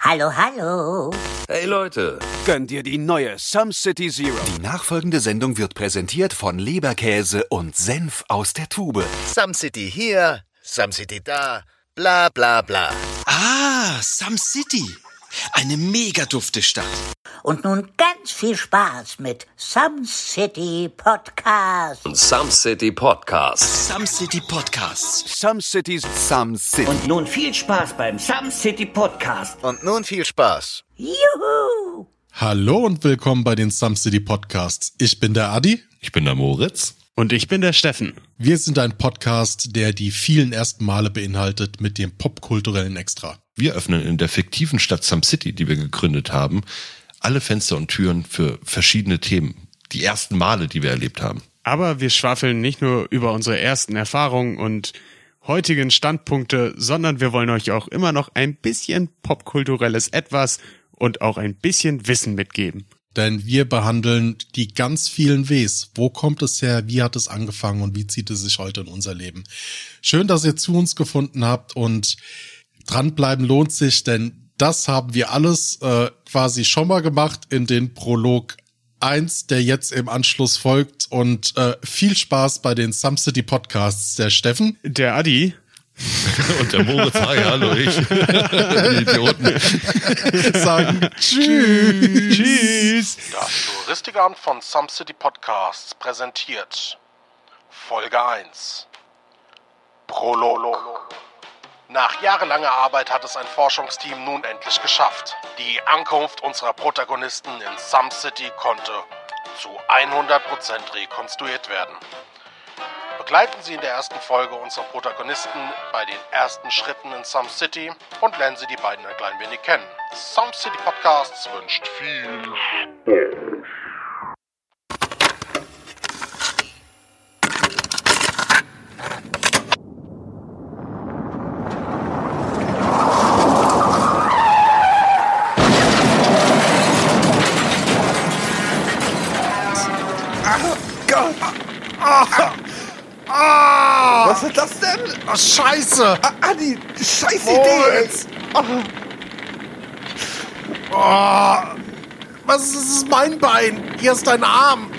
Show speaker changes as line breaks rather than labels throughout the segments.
Hallo, hallo.
Hey Leute,
Gönn dir die neue Some City Zero.
Die nachfolgende Sendung wird präsentiert von Leberkäse und Senf aus der Tube.
Some City hier, Some City da, bla bla bla.
Ah, Sam City. Eine mega dufte Stadt.
Und nun ganz viel Spaß mit Some City Podcast.
Some City Podcast.
Sam City Podcasts.
Some Cities
Some City.
Und nun viel Spaß beim Sam City Podcast.
Und nun viel Spaß.
Juhu.
Hallo und willkommen bei den Some City Podcasts. Ich bin der Adi.
Ich bin der Moritz.
Und ich bin der Steffen.
Wir sind ein Podcast, der die vielen ersten Male beinhaltet mit dem popkulturellen Extra.
Wir öffnen in der fiktiven Stadt Sam City, die wir gegründet haben, alle Fenster und Türen für verschiedene Themen. Die ersten Male, die wir erlebt haben.
Aber wir schwafeln nicht nur über unsere ersten Erfahrungen und heutigen Standpunkte, sondern wir wollen euch auch immer noch ein bisschen popkulturelles Etwas und auch ein bisschen Wissen mitgeben.
Denn wir behandeln die ganz vielen Ws. Wo kommt es her? Wie hat es angefangen? Und wie zieht es sich heute in unser Leben? Schön, dass ihr zu uns gefunden habt und dranbleiben lohnt sich, denn das haben wir alles äh, quasi schon mal gemacht in den Prolog 1, der jetzt im Anschluss folgt. Und äh, viel Spaß bei den Some City Podcasts. Der Steffen.
Der Adi,
Und der Moritz, hi, hallo, ich. Die Idioten.
sagen Tschüss.
Das Touristikamt von Some City Podcasts präsentiert Folge 1 Prolog Nach jahrelanger Arbeit hat es ein Forschungsteam nun endlich geschafft. Die Ankunft unserer Protagonisten in Some City konnte zu 100% rekonstruiert werden. Begleiten Sie in der ersten Folge unsere Protagonisten bei den ersten Schritten in Some City und lernen Sie die beiden ein klein wenig kennen. Some City Podcasts wünscht viel
Ah.
Was ist das denn? Oh, scheiße.
Ah,
Adi, scheiß
Oh, äh,
Idee jetzt. was ist, das Also, ist mein Bein? Hier ist dein Arm.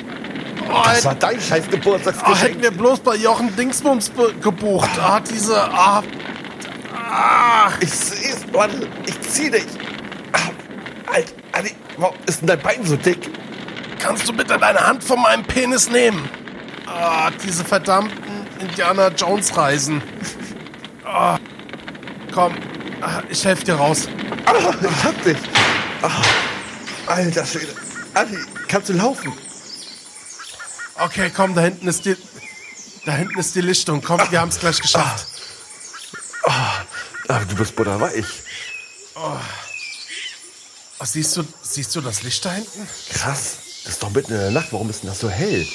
Oh, das war dein scheiß Geburtstagsgeschenk. Oh, hätten wir bloß bei Jochen Dingsbums be- gebucht. Ah, hat diese... Ah, ah.
Oh, Ich seh's, Mann. Ich zieh dich. Ah, Alt, Adi, warum ist denn dein Bein so dick? Kannst du bitte deine Hand von meinem Penis nehmen?
Ah, diese verdammten Indiana Jones Reisen. Ah, komm, ah, ich helf dir raus.
Ich hab dich. Ah, alter Schwede. Adi, kannst du laufen?
Okay, komm, da hinten ist die. Da hinten ist die Lichtung. Komm, wir haben es gleich geschafft.
Ah, du bist butterweich.
Oh, siehst du, siehst du das Licht da hinten?
Krass. Das ist doch mitten in der Nacht. Warum ist denn das so hell?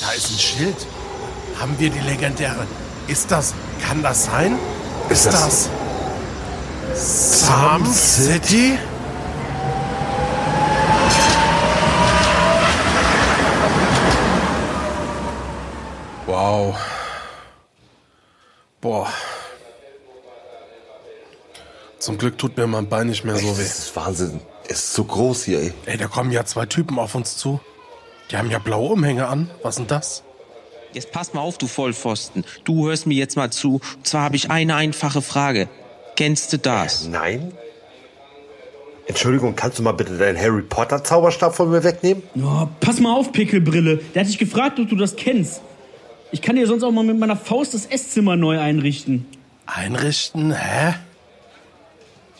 Da ist ein Schild. Haben wir die legendäre? Ist das? Kann das sein? Ist, das, Sam City? Wow. Boah. Zum Glück tut mir mein Bein nicht mehr so weh.
Das ist Wahnsinn. Es ist so groß hier, ey.
Ey, da kommen ja zwei Typen auf uns zu. Die haben ja blaue Umhänge an. Was denn das?
Jetzt pass mal auf, du Vollpfosten. Du hörst mir jetzt mal zu. Und zwar habe ich eine einfache Frage. Kennst du das?
Nein? Entschuldigung, kannst du mal bitte deinen Harry Potter Zauberstab von mir wegnehmen?
Oh, pass mal auf, Pickelbrille. Der hat dich gefragt, ob du das kennst. Ich kann dir sonst auch mal mit meiner Faust das Esszimmer neu einrichten.
Einrichten? Hä?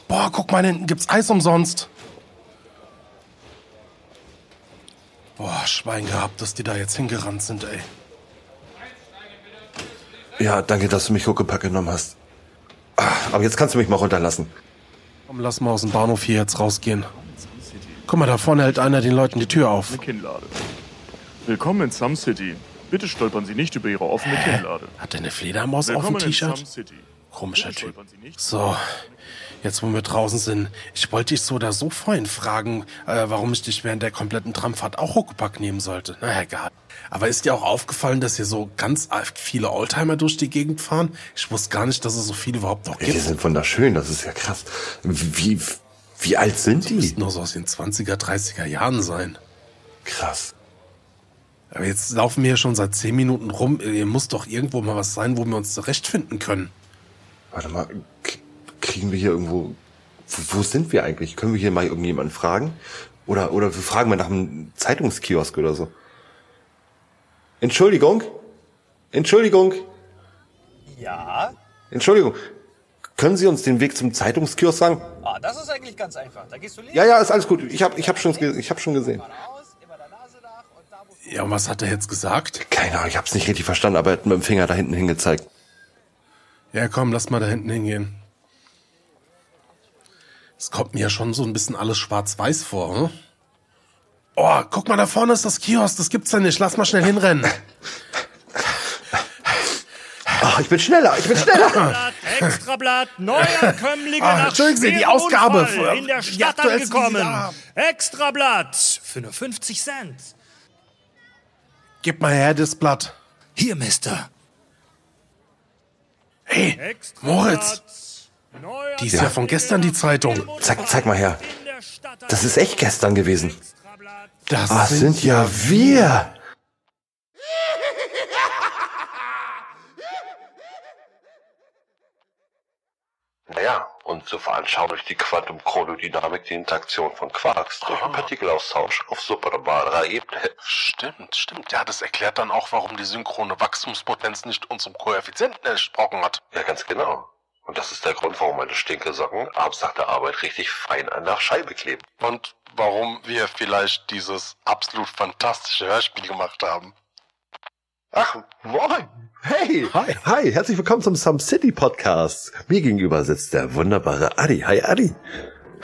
Boah, guck mal, hinten gibt's Eis umsonst. Boah, Schwein gehabt, dass die da jetzt hingerannt sind, ey.
Ja, danke, dass du mich Huckepack genommen hast. Ah, Aber jetzt kannst du mich mal runterlassen.
Komm, lass mal aus dem Bahnhof hier jetzt rausgehen. Guck mal, da vorne hält einer den Leuten die Tür auf.
Kinnlade. Willkommen in Sam City. Bitte stolpern Sie nicht über Ihre offene Kinnlade.
Hat der eine Fledermaus auf dem T-Shirt?
City.
Komischer Typ. So, jetzt wo wir draußen sind, ich wollte dich so oder so vorhin fragen, äh, warum ich dich während der kompletten Tramfahrt auch Huckepack nehmen sollte. Na egal. Aber ist dir auch aufgefallen, dass hier so ganz viele Oldtimer durch die Gegend fahren? Ich wusste gar nicht, dass es so viele überhaupt noch
Ja, die
gibt.
sind wunderschön, das ist ja krass. Wie,
Wie alt sind die? Die müssten noch so aus den 20er, 30er Jahren sein.
Krass.
Aber jetzt laufen wir hier schon seit 10 Minuten rum. Hier muss doch irgendwo mal was sein, wo wir uns zurechtfinden können.
Warte mal, k- kriegen wir hier irgendwo. Wo sind wir eigentlich? Können wir hier mal irgendjemanden fragen? Oder, oder wir fragen mal nach einem Zeitungskiosk oder so. Entschuldigung? Entschuldigung?
Ja,
Entschuldigung. Können Sie uns den Weg zum Zeitungskiosk sagen?
ah, das ist eigentlich ganz einfach. Da gehst du links.
Ja, ja, ist alles gut. Ich habe ich hab schon, ge- ich hab schon gesehen.
Ja, und was hat er jetzt gesagt?
Keine Ahnung, ich hab's nicht richtig verstanden, aber er hat mit dem Finger da hinten hingezeigt.
Ja, komm, lass mal da hinten hingehen. Es kommt mir ja schon so ein bisschen alles schwarz-weiß vor, hm? Oh, guck mal, da vorne ist das Kiosk. Das gibt's ja nicht. Lass mal schnell hinrennen.
Oh, ich bin schneller, ich bin schneller.
Extrablatt, Neuankömmlinge
Ah,
nach
Entschuldigen Sie, die
schwerem
Ausgabe
Unfall
für-
in der
die
Stadt
aktuellsten, die Sie
angekommen.
da haben.
Extrablatt für nur 50 Cent.
Gib mal her das Blatt.
Hier, Mister.
Hey, Moritz. Die ist ja von gestern, die Zeitung.
Zeig, zeig mal her. Das ist echt gestern gewesen.
Das
ah,
sind
sind ja wir.
Naja, und so veranschaulicht die Quantumchronodynamik die Interaktion von Quarks durch
Ah.
den Partikelaustausch auf subarmarer Ebene.
Stimmt, stimmt. Ja, das erklärt dann auch, warum die synchrone Wachstumspotenz nicht unserem Koeffizienten entsprochen hat.
Ja, ganz genau. Und das ist der Grund, warum meine Stinkesocken abends nach der Arbeit richtig fein an der Scheibe kleben.
Und warum wir vielleicht dieses absolut fantastische Hörspiel gemacht haben.
Ach, moin! Hey! Hi! Hi! Herzlich willkommen zum Some City Podcast. Mir gegenüber sitzt der wunderbare Adi. Hi, Adi.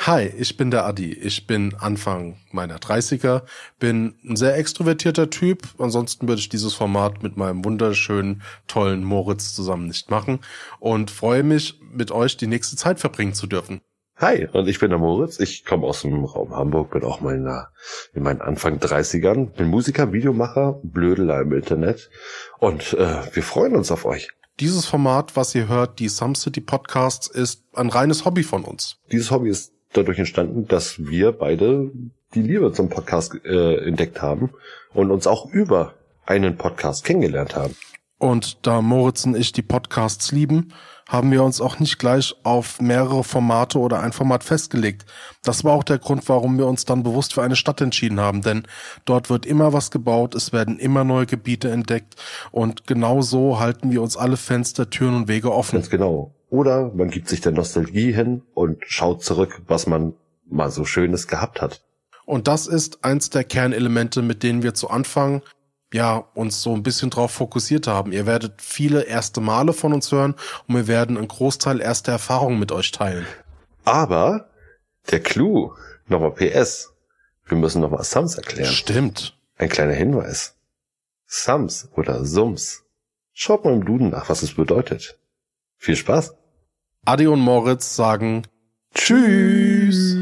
Hi, ich bin der Adi. Ich bin Anfang meiner 30er, bin ein sehr extrovertierter Typ. Ansonsten würde ich dieses Format mit meinem wunderschönen, tollen Moritz zusammen nicht machen und freue mich, mit euch die nächste Zeit verbringen zu dürfen.
Hi, und ich bin der Moritz. Ich komme aus dem Raum Hamburg, bin auch mal in, der, in meinen Anfang 30ern, bin Musiker, Videomacher, Blödeler im Internet. Und äh, wir freuen uns auf euch.
Dieses Format, was ihr hört, die Some City Podcasts, ist ein reines Hobby von uns.
Dieses Hobby ist dadurch entstanden, dass wir beide die Liebe zum Podcast äh, entdeckt haben und uns auch über einen Podcast kennengelernt haben.
Und da Moritz und ich die Podcasts lieben, haben wir uns auch nicht gleich auf mehrere Formate oder ein Format festgelegt. Das war auch der Grund, warum wir uns dann bewusst für eine Stadt entschieden haben, denn dort wird immer was gebaut, es werden immer neue Gebiete entdeckt und genau so halten wir uns alle Fenster, Türen und Wege offen.
Ganz genau. Oder man gibt sich der Nostalgie hin und schaut zurück, was man mal so Schönes gehabt hat.
Und das ist eins der Kernelemente, mit denen wir zu Anfang ja uns so ein bisschen drauf fokussiert haben. Ihr werdet viele erste Male von uns hören und wir werden einen Großteil erster Erfahrungen mit euch teilen.
Aber der Clou, nochmal PS, wir müssen nochmal Sums erklären.
Stimmt.
Ein kleiner Hinweis. Sums oder Sums. Schaut mal im Duden nach, was es bedeutet. Viel Spaß.
Adi und Moritz sagen Tschüss.